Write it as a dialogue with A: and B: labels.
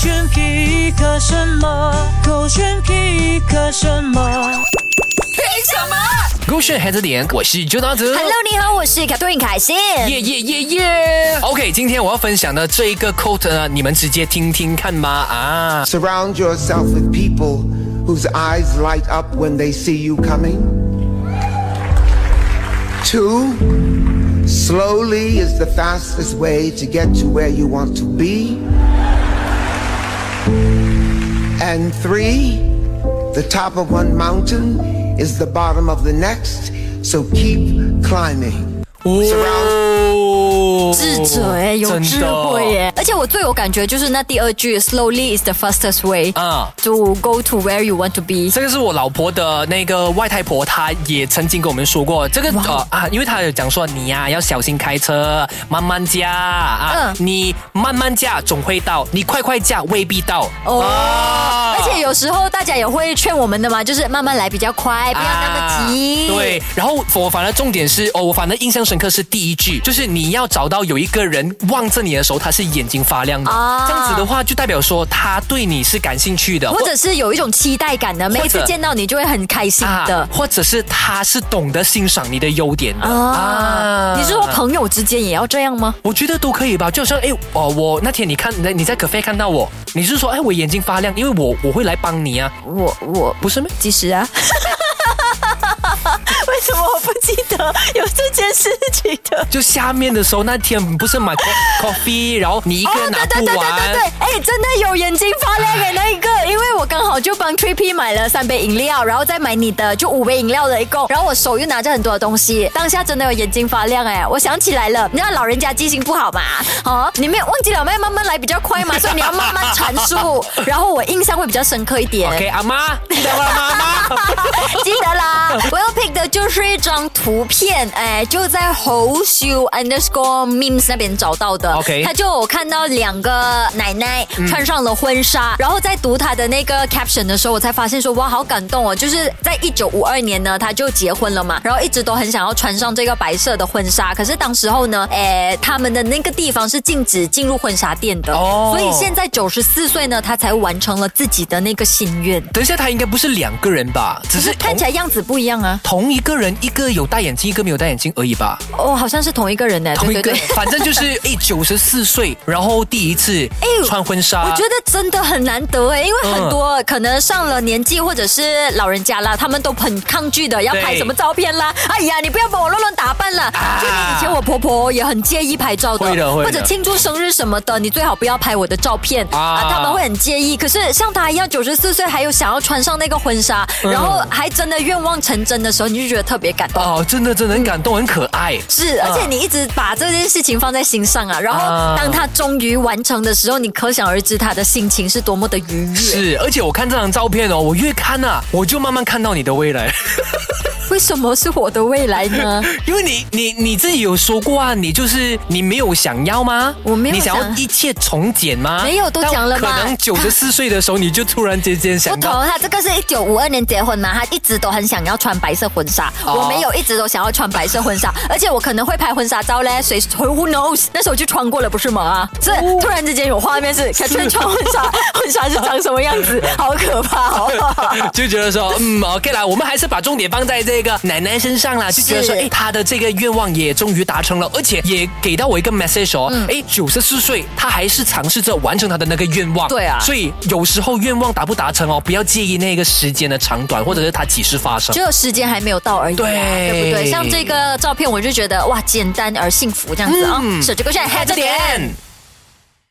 A: 选 pick 什么？勾选 pick 什么？
B: 凭什么
C: 勾选孩子点，我是 j o n a t h
B: ？Hello，你好，我是 Catherine 凯欣。
C: 耶耶耶耶！OK，今天我要分享的这一个 quote 呢，你们直接听听看吧啊！
D: Surround yourself with people whose eyes light up when they see you coming. Two, slowly is the fastest way to get to where you want to be. And three, the top of one mountain is the bottom of the next, so keep climbing.
C: 哦，
B: 智者哎，有
C: 真的
B: 智慧耶！而且我最有感觉就是那第二句，slowly is the fastest way
C: 啊
B: to go to where you want to be。
C: 这个是我老婆的那个外太婆，她也曾经跟我们说过这个呃啊，因为她有讲说你呀、要小心开车，慢慢驾啊，
B: 嗯
C: 你慢慢驾总会到，你快快驾未必到
B: 哦
C: 啊
B: 而且有时候大家也会劝我们的嘛，就是慢慢来比较快，不要那么急。
C: 啊。对，然后我反而重点是，哦，我反而印象深刻是第一句，就是你要找到有一个人望着你的时候，他是眼睛发亮的，
B: 啊
C: 这样子的话就代表说他对你是感兴趣的，
B: 或者是有一种期待感的，每一次见到你就会很开心的
C: 啊，。或者是他是懂得欣赏你的优点的
B: 啊，你是说朋友之间也要这样吗？
C: 我觉得都可以吧，就好像哎哦，我那天你看你在你在咖啡看到我，你是说哎我眼睛发亮，因为我我会来帮你啊，
B: 我我
C: 不是吗？
B: 几时啊？ 为什么我不记得有这件事情的？
C: 就下面的时候那天不是买 co-
B: 哦
C: coffee，然后你一个人拿
B: 对对
C: 不
B: 对对
C: 完，
B: 对对，哎，真的有眼睛发亮哎，那一个，因为我刚好就帮 t r i p 买了三杯饮料，然后再买你的，就五杯饮料的一共，然后我手又拿着很多的东西，当下真的有眼睛发亮哎，我想起来了，你知道老人家记性不好嘛，哦，你没有忘记了，慢慢慢来比较快嘛，所以你要慢慢阐 述，然后我印象会比较深刻一点。
C: OK，阿妈，记得吗？阿妈，
B: 记得啦，我要 pick 的就是一张图片，哎，就在猴秀 underscore memes 那边找到的。
C: OK 嗯
B: 他就有看到两个奶奶穿上了婚纱，然后在读他的那个 caption 的时候，我才发现说哇，好感动哦！就是在一九五二年呢，他就结婚了嘛，然后一直都很想要穿上这个白色的婚纱，可是当时候呢，哎，他们的那个地方是禁止进入婚纱店的，
C: 哦
B: 所以现在九十四岁呢，他才完成了自己的那个心愿。
C: 等一下，他应该不是两个人吧？只
B: 可
C: 是哦
B: 是看起来样子不一样啊。
C: 同同一个人，一个有戴眼镜，一个没有戴眼镜而已吧？
B: 哦，好像是同一个人呢，
C: 同一
B: 对
C: 个
B: 对 对。，
C: 反正 就是哎，九十四岁，然后第一次
B: 哎
C: 穿婚纱，
B: 我觉得真的很难得哎，因为很多可能上了年纪或者是老人家啦，他们都很抗拒的，要拍什么照片啦。哎呀，你不要把我乱乱打扮啦！就你以前我婆婆也很介意拍照的，
C: 啊会的会的
B: 或者庆祝生日什么的，你最好不要拍我的照片
C: 啊
B: 啊，他们会很介意。可是像她一样九十四岁还有想要穿上那个婚纱，
C: 嗯
B: 然后还真的愿望成真的时候，你就觉得特别感动。
C: 哦，真的真的很感动，很可爱。
B: 是，而且你一直把这件事情放在心上啊，然
C: 啊
B: 后当他终于完成的时候，你可想而知他的心情是多么的愉悦。
C: 是，而且我看这张照片哦，我越看啊，我就慢慢看到你的未来，
B: 为什么是我的未来呢？
C: 因为你你你自己有说过啊，你就是你没有想要吗？
B: 我没有
C: 你想要
B: 想
C: 一切从简吗？
B: 没有都讲了
C: 但
B: 嘛
C: 可能九十四岁的时候，你就突然之间
B: 不
C: 想
B: 同，啊
C: 到。
B: 他这个是一九五二年结婚嘛，他一直都很想要穿白色婚纱。
C: 哦
B: 我没有一直都想要穿白色婚纱，而且我可能会拍婚纱照嘞，谁 who knows？那时候就穿过了，不是吗？啊，这
C: 哦
B: 突然之间有画面是，感觉穿婚 纱，婚纱是长什么样子，好可怕哦！
C: 就觉 得说，嗯，OK 啦，我们还是把重点放在这个奶奶身上啦，就觉得说，
B: 是
C: 哎，她的这个愿望也终于达成了，而且也给到我一个 message 哦，
B: 嗯
C: 哎，九十四岁，她还是尝试着完成她的那个愿望。
B: 对啊
C: 所以有时候愿望达不达成哦，不要介意那个时间的长短，或者是它几时发生
B: 只。有时间还没有到而已、啊，
C: 对
B: 对不哦
C: 嗯
B: 对？像这个照片，我就觉得哇，简单而幸福这样子啊、嗯，手机勾选 h 这点。